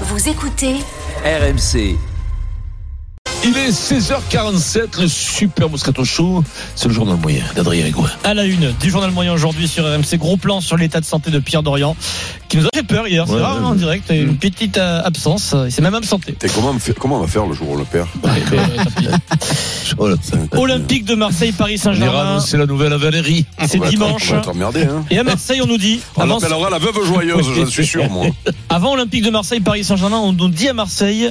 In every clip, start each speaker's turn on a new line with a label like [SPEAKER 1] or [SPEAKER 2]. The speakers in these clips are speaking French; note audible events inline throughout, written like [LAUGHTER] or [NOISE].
[SPEAKER 1] Vous écoutez
[SPEAKER 2] RMC.
[SPEAKER 3] Il est 16h47, le super Moscato Show. C'est le journal moyen d'Adrien Egouin.
[SPEAKER 4] à la une du journal moyen aujourd'hui sur RMC. Gros plan sur l'état de santé de Pierre Dorian, qui nous a fait peur hier.
[SPEAKER 3] Ouais,
[SPEAKER 4] c'est rare
[SPEAKER 3] ouais,
[SPEAKER 4] hein, en
[SPEAKER 3] ouais.
[SPEAKER 4] direct. Il y a Une petite euh, absence. Il s'est même absenté. Euh,
[SPEAKER 5] Et comment, on fait- comment on va faire le jour où on le euh, perd
[SPEAKER 3] Voilà. [LAUGHS]
[SPEAKER 4] Olympique de Marseille, Paris
[SPEAKER 3] On ira
[SPEAKER 4] Saint-Germain.
[SPEAKER 3] annoncer la nouvelle à Valérie.
[SPEAKER 4] C'est
[SPEAKER 5] On va être-
[SPEAKER 4] dimanche. Ah
[SPEAKER 5] on va être emmerdé, hein.
[SPEAKER 4] Et à Marseille, on nous dit,
[SPEAKER 5] On
[SPEAKER 4] avant,
[SPEAKER 5] l'appellera la veuve joyeuse, je suis sûr, moi.
[SPEAKER 4] avant Olympique de Marseille, Paris Saint-Germain, on nous dit à Marseille,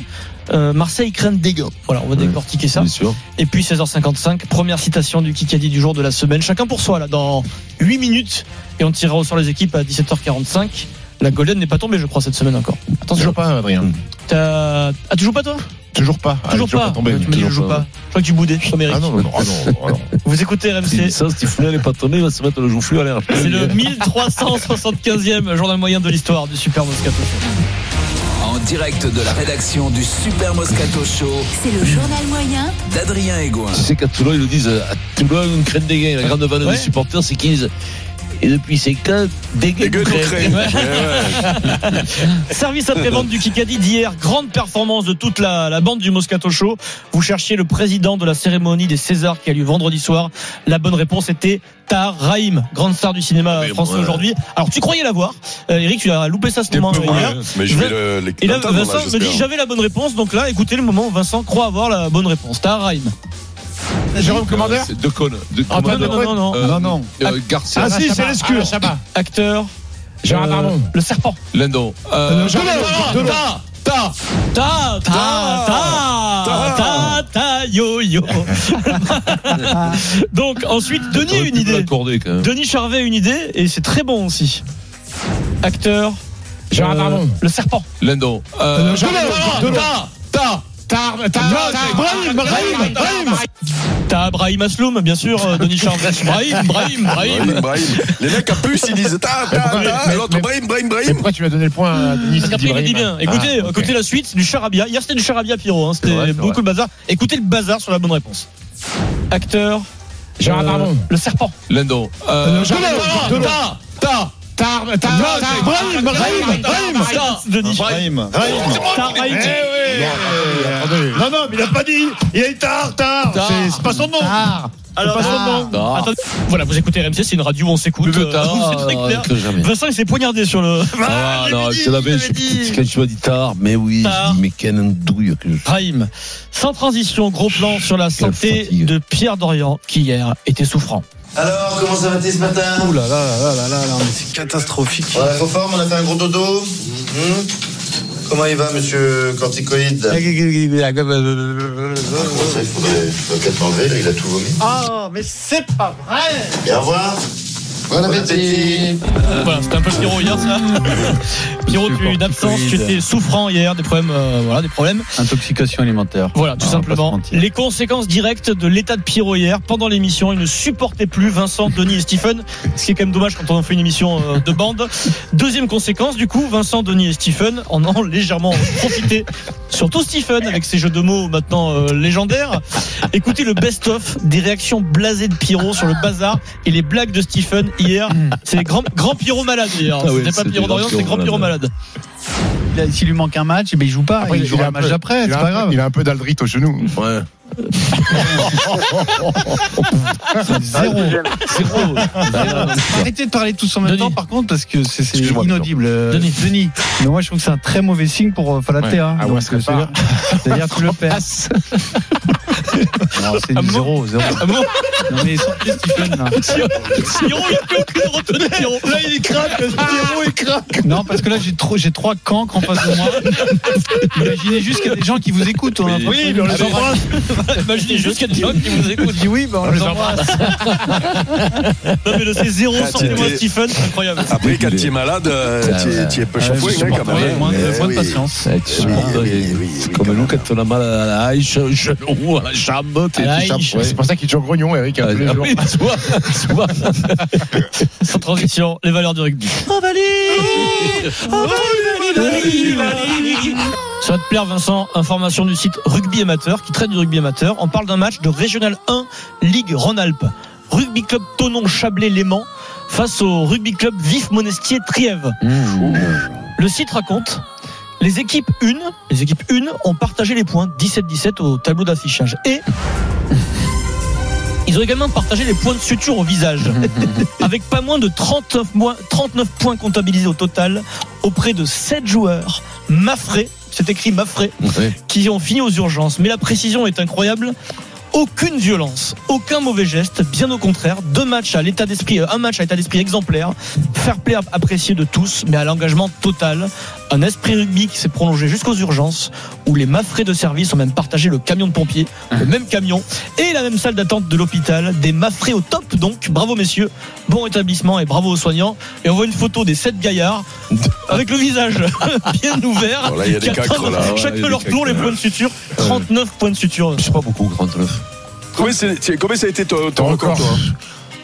[SPEAKER 4] euh, Marseille craint des dégâts. Voilà, on va décortiquer ça.
[SPEAKER 3] Bien sûr.
[SPEAKER 4] Et puis 16h55, première citation du Kikadi du jour de la semaine. Chacun pour soi, là, dans 8 minutes. Et on tirera au sort les équipes à 17h45. La Golden n'est pas tombée, je crois, cette semaine encore.
[SPEAKER 6] Attends, toujours pas, Adrien.
[SPEAKER 4] T'as- Ah, tu joues pas, toi
[SPEAKER 6] Toujours pas. Ah,
[SPEAKER 4] Toujours pas.
[SPEAKER 6] tombé.
[SPEAKER 4] Ouais, tu me dis, je joue pas. Je crois que tu boudais, je
[SPEAKER 6] Ah non, non, non, ah non, ah non.
[SPEAKER 4] Vous écoutez
[SPEAKER 3] C'est
[SPEAKER 4] RMC.
[SPEAKER 3] ça, Stifler n'est pas tombé, il va se mettre le joufflu à l'air. [LAUGHS]
[SPEAKER 4] C'est le 1375e journal moyen de l'histoire du Super Moscato Show.
[SPEAKER 2] En direct de la rédaction du Super Moscato Show
[SPEAKER 1] C'est le journal moyen
[SPEAKER 2] d'Adrien Egoin.
[SPEAKER 3] Tu sais qu'à Toulon, ils le disent, à Toulon, on craint des gains. La grande vanne
[SPEAKER 4] Ouais.
[SPEAKER 3] des supporters, c'est qu'ils disent, et depuis ces cas, des gains
[SPEAKER 5] Les gueules
[SPEAKER 3] nous
[SPEAKER 5] nous
[SPEAKER 3] craignent.
[SPEAKER 5] craignent. Eh ouais.
[SPEAKER 4] Service après-vente du Kikadi d'hier. Grande performance de toute la, la bande du Moscato Show. Vous cherchiez le président de la cérémonie des Césars qui a lieu vendredi soir. La bonne réponse était Tahar Rahim, grande star du cinéma
[SPEAKER 3] Oui,
[SPEAKER 4] français
[SPEAKER 3] ouais.
[SPEAKER 4] aujourd'hui. Alors, tu croyais l'avoir. Euh, Eric, tu as loupé ça ce moment hier.
[SPEAKER 5] Mais je vais le- les-
[SPEAKER 4] Et là,
[SPEAKER 5] l'entendre, là,
[SPEAKER 4] Vincent me
[SPEAKER 5] j'espère.
[SPEAKER 4] dit j'avais la bonne réponse. Donc là, écoutez le moment où Vincent croit avoir la bonne réponse. Tahar Rahim.
[SPEAKER 6] Jérôme Commander
[SPEAKER 3] C'est Deux connes. Deux
[SPEAKER 6] Antoine
[SPEAKER 3] Commander.
[SPEAKER 6] Debré-
[SPEAKER 4] non, non, Ah, non.
[SPEAKER 3] Euh,
[SPEAKER 6] Non, non.
[SPEAKER 3] euh, Garcia,
[SPEAKER 6] Ah, si, c'est l'excuse.
[SPEAKER 4] Acteur.
[SPEAKER 6] Gérard
[SPEAKER 4] Euh,
[SPEAKER 6] Darmon.
[SPEAKER 4] Le serpent.
[SPEAKER 3] Lindon. Euh,
[SPEAKER 6] Delon.
[SPEAKER 4] Ta ta ta ta ta yo yo. Donc ensuite
[SPEAKER 3] t'aurais
[SPEAKER 4] Denis
[SPEAKER 3] pu
[SPEAKER 4] une
[SPEAKER 3] me
[SPEAKER 4] idée.
[SPEAKER 3] l'accorder, quand même.
[SPEAKER 4] Denis Charvet une idée et c'est très bon aussi. Acteur.
[SPEAKER 6] Gérard
[SPEAKER 4] euh,
[SPEAKER 6] Darmon.
[SPEAKER 4] Le serpent.
[SPEAKER 3] Lindon. Euh,
[SPEAKER 6] Delon. Tar- Tar- Tar- Brahim, Brahim, Brahim.
[SPEAKER 4] T'as Brahim Asloum bien sûr. euh, Denis Charvet. Brahim Brahim Brahim.
[SPEAKER 5] Brahim, Brahim. Les mecs à puce, ils disent ta, ta, ta. Et L'autre, Brahim, Brahim,
[SPEAKER 6] Mais
[SPEAKER 5] Brahim.
[SPEAKER 6] pourquoi tu lui as donné le point à Denis
[SPEAKER 4] Parce qu'après, il le dit bien. Écoutez,
[SPEAKER 6] Ah, ok.
[SPEAKER 4] écoutez la suite du charabia. Hier c'était du charabia Pierrot. hein,
[SPEAKER 6] C'est vrai,
[SPEAKER 4] C'était
[SPEAKER 6] c'est
[SPEAKER 4] beaucoup
[SPEAKER 6] vrai.
[SPEAKER 4] le bazar. Écoutez le bazar sur la bonne réponse. Acteur.
[SPEAKER 6] Gérard
[SPEAKER 4] euh,
[SPEAKER 6] Darmon.
[SPEAKER 4] Le serpent.
[SPEAKER 3] Lindon.
[SPEAKER 6] Delon.
[SPEAKER 3] Euh,
[SPEAKER 6] Delon. Tar- Tar- Tar- Brahim, Brahim, Brahim.
[SPEAKER 4] Ça, Denis Charvet. T'as Brahim.
[SPEAKER 6] Eh Non, non, mais il a pas dit. Il est tard, tard. C'est- C'est pas son nom.
[SPEAKER 4] Alors,
[SPEAKER 6] C'est pas son nom.
[SPEAKER 3] Ah.
[SPEAKER 4] attendez. voilà, vous écoutez RMC, c'est une radio où on s'écoute.
[SPEAKER 3] Plus
[SPEAKER 4] Euh, [LAUGHS] c'est très
[SPEAKER 6] Ah,
[SPEAKER 3] tard
[SPEAKER 4] clair.
[SPEAKER 3] Ah, que jamais.
[SPEAKER 4] Vincent, il s'est poignardé sur le.
[SPEAKER 3] Ah, non, je te l'avais, je- quand tu m'as dit tard, mais oui,
[SPEAKER 4] Tard.
[SPEAKER 3] je dis, mais quelle douille que je
[SPEAKER 4] Brahim, sans transition, gros plan sur la santé
[SPEAKER 3] fatigue.
[SPEAKER 4] de Pierre Dorian, qui hier était souffrant.
[SPEAKER 7] Alors, comment ça va-t-il ce matin
[SPEAKER 8] Ouh là là là là là là là, mais c'est catastrophique.
[SPEAKER 7] Voilà, conforme, on a fait un gros dodo. Mhm. Comment il va, monsieur Corticoïde Pour ça, il faudrait, faudrait peut-être l'enlever, là, il a tout vomi.
[SPEAKER 8] Ah, mais c'est pas vrai
[SPEAKER 7] Bien, au revoir. Bon appétit.
[SPEAKER 4] Voilà, c'était un peu Pierrot hier, [LAUGHS] ça. Pierrot, tu es d'absence, tu étais souffrant hier, des problèmes, euh, voilà, des problèmes.
[SPEAKER 9] Intoxication alimentaire.
[SPEAKER 4] Voilà, tout
[SPEAKER 9] Ah, on va pas se
[SPEAKER 4] simplement.
[SPEAKER 9] mentir.
[SPEAKER 4] Les conséquences directes de l'état de Pierrot hier, pendant l'émission, il ne supportait plus Vincent, Denis et Stephen, ce qui est quand même dommage quand on fait une émission euh, de bande. Deuxième conséquence, du coup, Vincent, Denis et Stephen en ont légèrement profité. Surtout Stephen, avec ses jeux de mots maintenant euh, légendaires. Écoutez le best-of des réactions blasées de Pierrot sur le bazar et les blagues de Stephen hier. C'est grand, grand Pierrot malade hier.
[SPEAKER 3] Ah oui,
[SPEAKER 4] C'était pas
[SPEAKER 3] c'était
[SPEAKER 4] Pierrot d'Orient,
[SPEAKER 3] grand
[SPEAKER 4] c'est grand Pierrot
[SPEAKER 3] Pierrot
[SPEAKER 4] malade.
[SPEAKER 9] Il a- S'il lui manque un match, eh ben, il joue pas.
[SPEAKER 6] Après,
[SPEAKER 9] il,
[SPEAKER 6] il
[SPEAKER 9] jouera
[SPEAKER 6] a
[SPEAKER 9] un
[SPEAKER 6] un
[SPEAKER 9] match
[SPEAKER 6] peu-
[SPEAKER 9] d'après, c'est
[SPEAKER 6] Il a
[SPEAKER 9] pas
[SPEAKER 6] un peu-
[SPEAKER 9] grave.
[SPEAKER 6] Il a un peu d'aldrite au genou.
[SPEAKER 9] [LAUGHS]
[SPEAKER 3] Ouais.
[SPEAKER 9] Zéro. Zéro. Arrêtez de parler tous en même
[SPEAKER 4] Denis.
[SPEAKER 9] temps, par contre, parce que c'est c'est
[SPEAKER 3] Excuse-moi,
[SPEAKER 9] inaudible. Euh,
[SPEAKER 4] Denis.
[SPEAKER 9] Mais moi, je trouve que c'est un très mauvais signe pour euh, Falaté.
[SPEAKER 6] Ouais.
[SPEAKER 9] hein.
[SPEAKER 6] Ah
[SPEAKER 9] Donc,
[SPEAKER 6] ouais, ça
[SPEAKER 9] c'est-
[SPEAKER 6] part.
[SPEAKER 9] [LAUGHS] C'est-à-dire, tu le perds. Non, c'est
[SPEAKER 4] Ah
[SPEAKER 9] du
[SPEAKER 4] bon
[SPEAKER 9] zéro, zéro.
[SPEAKER 4] Ah bon
[SPEAKER 9] Non, mais sortez Stephen, là.
[SPEAKER 4] Pierrot, il a plus aucune retenue, Pierrot. Là, il craque, Pierrot, il craque.
[SPEAKER 9] Non, parce que là, j'ai trop, j'ai trois cancres en face de moi. Imaginez juste qu'il y a des gens qui vous écoutent. hein.
[SPEAKER 4] Oui, mais on les
[SPEAKER 9] [LAUGHS]
[SPEAKER 4] embrasse. Imaginez juste qu'il y a des gens qui vous
[SPEAKER 9] On
[SPEAKER 4] écoutent.
[SPEAKER 9] dit oui, ben, on les embrasse.
[SPEAKER 4] Non, mais le c'est zéro, sortez-moi Stephen, c'est incroyable.
[SPEAKER 5] Après, quand tu es malade, euh, tu es- tu es peu
[SPEAKER 9] Ah,
[SPEAKER 5] chafoué,
[SPEAKER 9] je
[SPEAKER 5] hein, quand
[SPEAKER 9] supporte
[SPEAKER 5] même.
[SPEAKER 9] moins de-
[SPEAKER 5] Eh
[SPEAKER 9] moins de
[SPEAKER 5] oui.
[SPEAKER 9] patience.
[SPEAKER 3] Ouais, tu
[SPEAKER 5] Oui,
[SPEAKER 3] supportes,
[SPEAKER 5] oui,
[SPEAKER 3] euh,
[SPEAKER 5] oui,
[SPEAKER 3] c'est
[SPEAKER 5] oui,
[SPEAKER 3] comme
[SPEAKER 5] quand
[SPEAKER 3] nous
[SPEAKER 5] même.
[SPEAKER 3] quand on a mal à la hache, au genou, à la jambe, t'es
[SPEAKER 4] À la
[SPEAKER 9] Ah,
[SPEAKER 3] t'es
[SPEAKER 4] hache.
[SPEAKER 3] chafoué.
[SPEAKER 6] C'est pour ça qu'il est toujours grognon, Eric, hein, tous les
[SPEAKER 3] Ah,
[SPEAKER 6] jours.
[SPEAKER 3] oui, tu vois, tu vois.
[SPEAKER 4] [LAUGHS] Sans transition, les valeurs du rugby. Ça va te plaire, Vincent. Information du site Rugby Amateur qui traite du rugby amateur. On parle d'un match de Régional 1 Ligue Rhône-Alpes. Rugby Club Tonon Chablais Léman face au Rugby Club Vif Monestier Trièvre. Le site raconte Les équipes 1, les équipes 1 ont partagé les points 17-17 au tableau d'affichage. Et ils ont également partagé les points de suture au visage. [LAUGHS] Avec pas moins de 39, mois- 39 points comptabilisés au total auprès de 7 joueurs Maffré, c'est écrit Maffré,
[SPEAKER 3] Ouais.
[SPEAKER 4] qui ont fini aux urgences. Mais la précision est incroyable. Aucune violence, aucun mauvais geste, bien au contraire, deux matchs à l'état d'esprit, euh, un match à l'état d'esprit exemplaire, fair play app- apprécié de tous, mais à l'engagement total, un esprit rugby qui s'est prolongé jusqu'aux urgences, où les mafrés de service ont même partagé le camion de pompiers,
[SPEAKER 5] Hein.
[SPEAKER 4] le même camion, et la même salle d'attente de l'hôpital, des mafrés au top donc, bravo messieurs, bon rétablissement et bravo aux soignants, et on voit une photo des sept gaillards, avec le visage [LAUGHS] bien ouvert,
[SPEAKER 5] Bon, là, il y a des
[SPEAKER 4] qui attendent
[SPEAKER 5] cacres, là. Ouais,
[SPEAKER 4] chacun
[SPEAKER 3] il y a
[SPEAKER 4] leur
[SPEAKER 3] des
[SPEAKER 4] tour les
[SPEAKER 3] cacres.
[SPEAKER 4] points de suture, 39 points de suture.
[SPEAKER 3] C'est pas beaucoup, 39.
[SPEAKER 5] Combien, c'est- tiens, combien ça a été ton, ton record, toi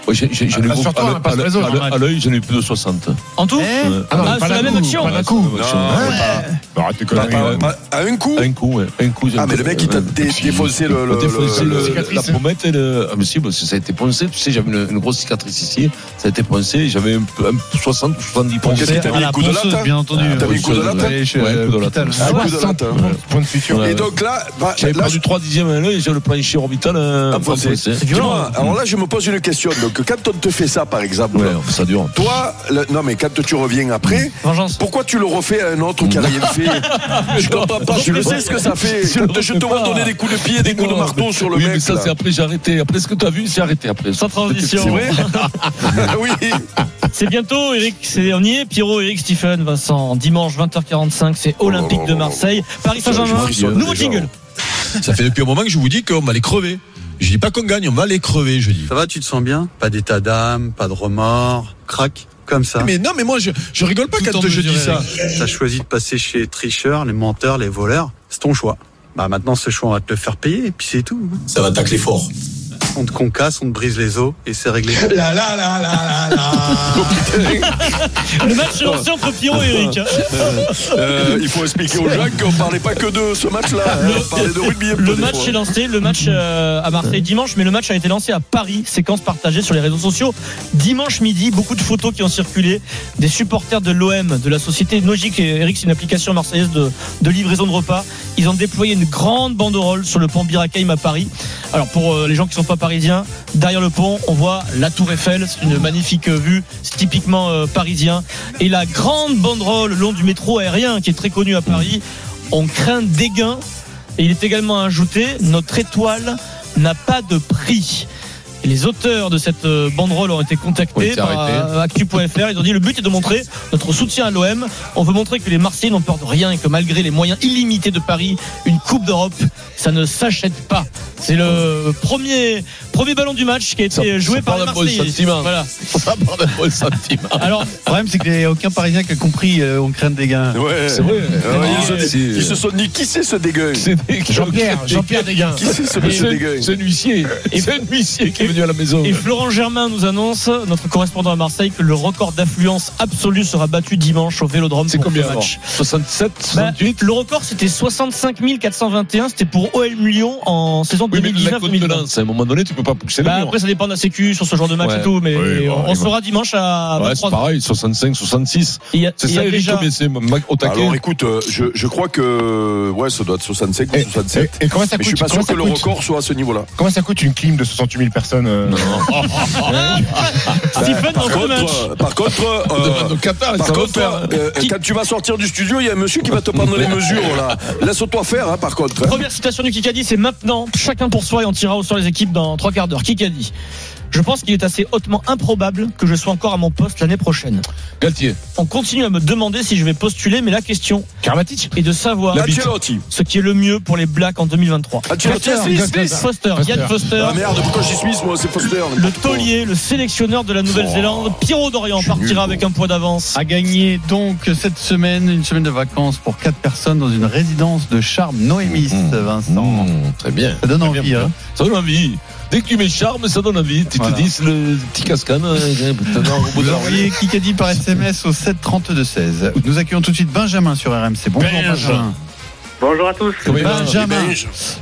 [SPEAKER 3] Ouais, j'ai- j'ai- j'en ai
[SPEAKER 9] Ah,
[SPEAKER 3] beaucoup-
[SPEAKER 9] surtout,
[SPEAKER 3] à
[SPEAKER 9] on
[SPEAKER 3] l'œil-
[SPEAKER 9] n'a pas
[SPEAKER 3] à
[SPEAKER 9] de
[SPEAKER 3] l'œil-
[SPEAKER 9] réseau,
[SPEAKER 3] à l'œil-
[SPEAKER 9] normal.
[SPEAKER 3] à l'œil, j'en ai plus de 60.
[SPEAKER 4] En tout
[SPEAKER 9] Eh
[SPEAKER 4] Ah,
[SPEAKER 9] non,
[SPEAKER 4] c'est la même action.
[SPEAKER 9] Pas d'un
[SPEAKER 3] Ouais,
[SPEAKER 9] coup.
[SPEAKER 3] c'est la même action.
[SPEAKER 5] Non.
[SPEAKER 9] Arrête de
[SPEAKER 5] Pas-
[SPEAKER 9] conneries,
[SPEAKER 5] pas-
[SPEAKER 9] ouais.
[SPEAKER 5] pas- À un coup
[SPEAKER 3] Un coup, ouais. Un coup. j'ai
[SPEAKER 5] Ah,
[SPEAKER 3] un
[SPEAKER 5] mais
[SPEAKER 3] coup.
[SPEAKER 5] le mec, il t'a
[SPEAKER 3] Ouais.
[SPEAKER 5] dé- défoncé le- le-
[SPEAKER 3] Défoncé
[SPEAKER 5] le-
[SPEAKER 3] le-
[SPEAKER 5] la
[SPEAKER 3] la pommette et le. Ah, mais si, bon, ça a été poncé. Tu sais, j'avais une, une grosse cicatrice ici. Ça a été poncé. J'avais un peu- un peu 60 ou 70 points.
[SPEAKER 5] Qu'est-ce que t'as mis un coup de latte hein
[SPEAKER 9] bien entendu.
[SPEAKER 3] Ah,
[SPEAKER 5] T'as mis un coup de latte
[SPEAKER 9] Allez, chez,
[SPEAKER 3] Ouais,
[SPEAKER 9] euh,
[SPEAKER 3] coup de latte.
[SPEAKER 9] l'hôpital.
[SPEAKER 5] Un coup de latte, hein.
[SPEAKER 9] Point de futur.
[SPEAKER 5] Et donc là, bah,
[SPEAKER 3] J'avais
[SPEAKER 5] là,
[SPEAKER 3] perdu 3 dixièmes à l'œil et j'ai le plancher orbital euh,
[SPEAKER 5] Enfoncé.
[SPEAKER 3] enfoncé.
[SPEAKER 5] Dis-moi,
[SPEAKER 3] hein.
[SPEAKER 5] alors là, je me pose une question. Donc, quand on te fait ça, par exemple,
[SPEAKER 3] Ouais, ça dure.
[SPEAKER 5] toi, le- non, mais quand tu reviens après,
[SPEAKER 4] vengeance.
[SPEAKER 5] pourquoi tu le refais à un autre qui a rien
[SPEAKER 3] [LAUGHS]
[SPEAKER 5] fait Je comprends pas. Tu le sais ce que ça fait.
[SPEAKER 3] Je le
[SPEAKER 5] Quand je
[SPEAKER 3] refais
[SPEAKER 5] te vois
[SPEAKER 3] pas.
[SPEAKER 5] donner des coups de pied, des coups de
[SPEAKER 3] Non,
[SPEAKER 5] marteau
[SPEAKER 3] mais-
[SPEAKER 5] sur le
[SPEAKER 3] oui,
[SPEAKER 5] mec.
[SPEAKER 3] mais ça,
[SPEAKER 5] là.
[SPEAKER 3] c'est après, j'ai arrêté. Après ce que tu as vu, j'ai arrêté après.
[SPEAKER 4] Sans
[SPEAKER 3] [LAUGHS]
[SPEAKER 4] transition.
[SPEAKER 5] C'est vrai Ah Oui.
[SPEAKER 4] [LAUGHS] C'est bientôt, Eric, c'est on y est. Pierrot, Eric, Stephen, Vincent. Dimanche 20h45, c'est Olympique de Marseille. Paris Saint-Germain,
[SPEAKER 5] Je frissonne
[SPEAKER 4] nouveau
[SPEAKER 5] déjà.
[SPEAKER 4] jingle.
[SPEAKER 10] Ça fait depuis un moment que je vous dis qu'on va les crever. Je dis pas qu'on gagne, on va les crever, je dis.
[SPEAKER 11] Ça va, tu te sens bien Pas d'état d'âme, pas de remords, crac, comme ça.
[SPEAKER 10] Mais non, mais moi, je, je rigole pas
[SPEAKER 9] Tout en
[SPEAKER 10] quand je
[SPEAKER 9] mesuré,
[SPEAKER 10] dis ça.
[SPEAKER 11] T'as choisi de passer chez les tricheurs, les menteurs, les voleurs. C'est ton choix. Bah maintenant, ce choix, on va te le faire payer, et puis c'est tout. hein.
[SPEAKER 10] Ça va tacler fort.
[SPEAKER 11] On te concasse, on te brise les os, et c'est réglé.
[SPEAKER 8] La la la la la la.
[SPEAKER 4] Le match est lancé entre Pierrot et Eric.
[SPEAKER 5] Euh, il faut expliquer aux gens qu'on parlait pas que de ce match-là. hein. On parlait de rugby un peu
[SPEAKER 4] Le
[SPEAKER 5] des fois.
[SPEAKER 4] match est lancé, le match euh, à Marseille dimanche, mais le match a été lancé à Paris, séquence partagée sur les réseaux sociaux. Dimanche midi, beaucoup de photos qui ont circulé des supporters de l'OM, de la société Nogic et Eric, c'est une application marseillaise de, de livraison de repas. Ils ont déployé une grande banderole sur le pont Birakeim à Paris. Alors pour euh, les gens qui ne sont pas parisiens, derrière le pont, on voit la Tour Eiffel, c'est une magnifique euh, vue, c'est typiquement euh, parisien. Et la grande banderole le long du métro aérien qui est très connu à Paris, on craint des gains. Et il est également ajouté Notre étoile n'a pas de prix. Et Les auteurs de cette euh, banderole ont été
[SPEAKER 3] Ont
[SPEAKER 4] contactés
[SPEAKER 3] été
[SPEAKER 4] par
[SPEAKER 3] arrêtés.
[SPEAKER 4] euh, actu.fr. Ils ont dit le but est de montrer notre soutien à l'OM. On veut montrer que les Marseillais n'ont peur de rien et que malgré les moyens illimités de Paris, une Coupe d'Europe, ça ne s'achète pas. C'est le premier, premier ballon du match qui a été
[SPEAKER 3] Ça-
[SPEAKER 4] joué
[SPEAKER 3] ça
[SPEAKER 4] par les
[SPEAKER 3] parle d'un bon
[SPEAKER 4] Marseillais.
[SPEAKER 3] sentiment.
[SPEAKER 4] Voilà.
[SPEAKER 3] Ça part d'un bon sentiment.
[SPEAKER 4] Alors,
[SPEAKER 9] Le problème, c'est qu'il n'y a aucun Parisien qui a compris. euh, On craint des gains.
[SPEAKER 5] Ouais.
[SPEAKER 3] C'est vrai.
[SPEAKER 5] Ouais,
[SPEAKER 4] Ah,
[SPEAKER 5] ils, se-
[SPEAKER 4] ouais.
[SPEAKER 5] ils se sont dit qui c'est ce dégueu
[SPEAKER 3] C'est des-
[SPEAKER 9] Jean-Pierre, Jean-Pierre Desgains.
[SPEAKER 5] Qui c'est ce
[SPEAKER 3] Mais
[SPEAKER 5] monsieur dégueu
[SPEAKER 3] C'est c'est un huissier. C'est un huissier qui est venu à la maison.
[SPEAKER 4] et Florent Germain nous annonce, notre correspondant à Marseille, que le record d'affluence absolue sera battu dimanche au Vélodrome.
[SPEAKER 3] C'est
[SPEAKER 4] pour
[SPEAKER 3] combien
[SPEAKER 4] ce
[SPEAKER 3] alors
[SPEAKER 4] match.
[SPEAKER 3] 67,
[SPEAKER 4] Bah,
[SPEAKER 3] 68
[SPEAKER 4] le record c'était 65 421, c'était pour OL Lyon en saison
[SPEAKER 3] Oui, mais la
[SPEAKER 4] 2019
[SPEAKER 3] côte de Lens, à un moment donné, tu peux pas pousser le
[SPEAKER 4] Bah,
[SPEAKER 3] mur.
[SPEAKER 4] après ça dépend de la sécu sur ce genre de match
[SPEAKER 3] Ouais.
[SPEAKER 4] et tout, mais
[SPEAKER 3] Oui, bon,
[SPEAKER 4] on,
[SPEAKER 3] oui, bon.
[SPEAKER 4] saura dimanche à
[SPEAKER 3] Ouais, c'est
[SPEAKER 4] 23
[SPEAKER 3] pareil, 65, 66.
[SPEAKER 4] Il y a-
[SPEAKER 3] C'est
[SPEAKER 4] il y a
[SPEAKER 3] ça, Eric,
[SPEAKER 4] déjà-
[SPEAKER 3] mais c'est ma- au taquet.
[SPEAKER 5] Alors écoute, euh, je, je crois que ouais, ça doit être 65
[SPEAKER 3] Eh,
[SPEAKER 5] ou 67.
[SPEAKER 9] Et comment ça
[SPEAKER 5] mais je suis pas sûr
[SPEAKER 9] comment ça
[SPEAKER 5] que le
[SPEAKER 9] coûte
[SPEAKER 5] record soit à ce niveau-là.
[SPEAKER 9] Comment ça coûte une clim de 68 000 personnes euh,
[SPEAKER 4] Stephen
[SPEAKER 5] Par
[SPEAKER 4] dans le match.
[SPEAKER 5] contre, euh, par contre,
[SPEAKER 3] [LAUGHS] On
[SPEAKER 5] euh,
[SPEAKER 3] demande au Qatar,
[SPEAKER 5] par
[SPEAKER 3] ça va
[SPEAKER 5] contre,
[SPEAKER 3] faire,
[SPEAKER 5] toi,
[SPEAKER 3] hein.
[SPEAKER 5] euh,
[SPEAKER 4] Qui-
[SPEAKER 5] quand tu vas sortir du studio, il y a un monsieur qui va te prendre les mesures là. Laisse-toi faire, hein, par contre. hein.
[SPEAKER 4] Première citation du Kikadi, c'est maintenant, chacun pour soi et on tirera au sort les équipes dans trois quarts d'heure. Kikadi. Je pense qu'il est assez hautement improbable que je sois encore à mon poste l'année prochaine.
[SPEAKER 3] Galtier.
[SPEAKER 4] On continue à me demander si je vais postuler, mais la question
[SPEAKER 9] Karmatic
[SPEAKER 4] est de savoir
[SPEAKER 5] Ancelotti.
[SPEAKER 4] ce qui est le mieux pour les Blacks en 2023.
[SPEAKER 5] Ancelotti,
[SPEAKER 9] Foster,
[SPEAKER 5] Smith,
[SPEAKER 9] Foster.
[SPEAKER 5] Smith.
[SPEAKER 4] Foster, Yann Foster,
[SPEAKER 5] Ah merde, pourquoi je dis Smith moi C'est Foster.
[SPEAKER 4] le taulier, le sélectionneur de la Nouvelle-Zélande, Pierrot Dorian partira avec un point d'avance.
[SPEAKER 11] Ah,
[SPEAKER 9] a gagné donc cette semaine une semaine de vacances pour quatre personnes dans une résidence de charme Noémis,
[SPEAKER 10] Mhm.
[SPEAKER 9] Vincent.
[SPEAKER 3] Mmh, très bien.
[SPEAKER 9] Ça donne
[SPEAKER 3] bien,
[SPEAKER 9] envie,
[SPEAKER 3] bien.
[SPEAKER 9] hein.
[SPEAKER 3] Ça donne envie. Dès que tu mets charme, ça donne envie. Tu
[SPEAKER 9] Voilà.
[SPEAKER 3] te dis, c'est le petit cascan. hein, hein, putain, non, au bout de
[SPEAKER 9] Vous
[SPEAKER 3] la
[SPEAKER 9] envoyez Kikadi par SMS au 7 32 16. Nous accueillons tout de suite Benjamin sur RMC. Bonjour Benjamin.
[SPEAKER 11] Bonjour à tous.
[SPEAKER 3] Comment il va
[SPEAKER 9] Benjamin,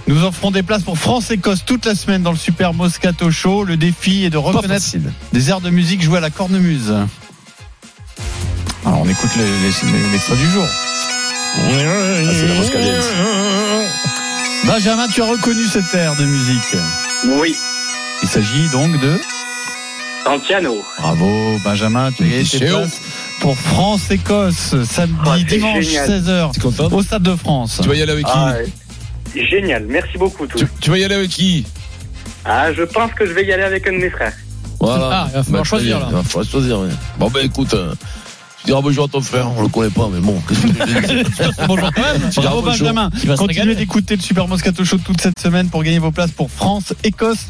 [SPEAKER 9] nous offrons des places pour France-Écosse toute la semaine dans le Super Moscato Show. Le défi est de reconnaître des airs de musique joués à la cornemuse. Alors on écoute le- le- l'extrait du jour.
[SPEAKER 12] Ah, c'est la Moscadelle.
[SPEAKER 4] Benjamin, tu as reconnu cette air de musique.
[SPEAKER 11] Oui,
[SPEAKER 4] Il s'agit donc de.
[SPEAKER 11] dans le piano.
[SPEAKER 4] Bravo, Benjamin, tu as gagné tes
[SPEAKER 11] c'est haut.
[SPEAKER 4] places pour France-Écosse, samedi,
[SPEAKER 11] Ah, c'est
[SPEAKER 4] dimanche,
[SPEAKER 11] génial.
[SPEAKER 4] 16h, au Stade de France.
[SPEAKER 3] Tu vas y aller avec qui
[SPEAKER 11] Ah, ouais. Génial, merci beaucoup tous.
[SPEAKER 3] tu, tu vas y aller avec qui
[SPEAKER 11] Ah, je pense que je vais y aller avec un de mes frères.
[SPEAKER 3] Voilà.
[SPEAKER 11] Ah, il va falloir
[SPEAKER 3] Bah,
[SPEAKER 11] choisir,
[SPEAKER 3] allez,
[SPEAKER 11] là.
[SPEAKER 3] Il va falloir choisir, ouais. Bon, ben écoute, euh, tu diras bonjour à ton frère, on le connaît pas, mais bon, qu'est-ce que tu veux dire
[SPEAKER 4] Bonjour quand même.
[SPEAKER 3] Tu diras
[SPEAKER 4] Bravo
[SPEAKER 3] bonjour.
[SPEAKER 4] Benjamin.
[SPEAKER 3] Il va se
[SPEAKER 4] Continuez
[SPEAKER 3] régaler.
[SPEAKER 4] d'écouter le Super Moscato Show toute cette semaine pour gagner vos places pour France, Écosse.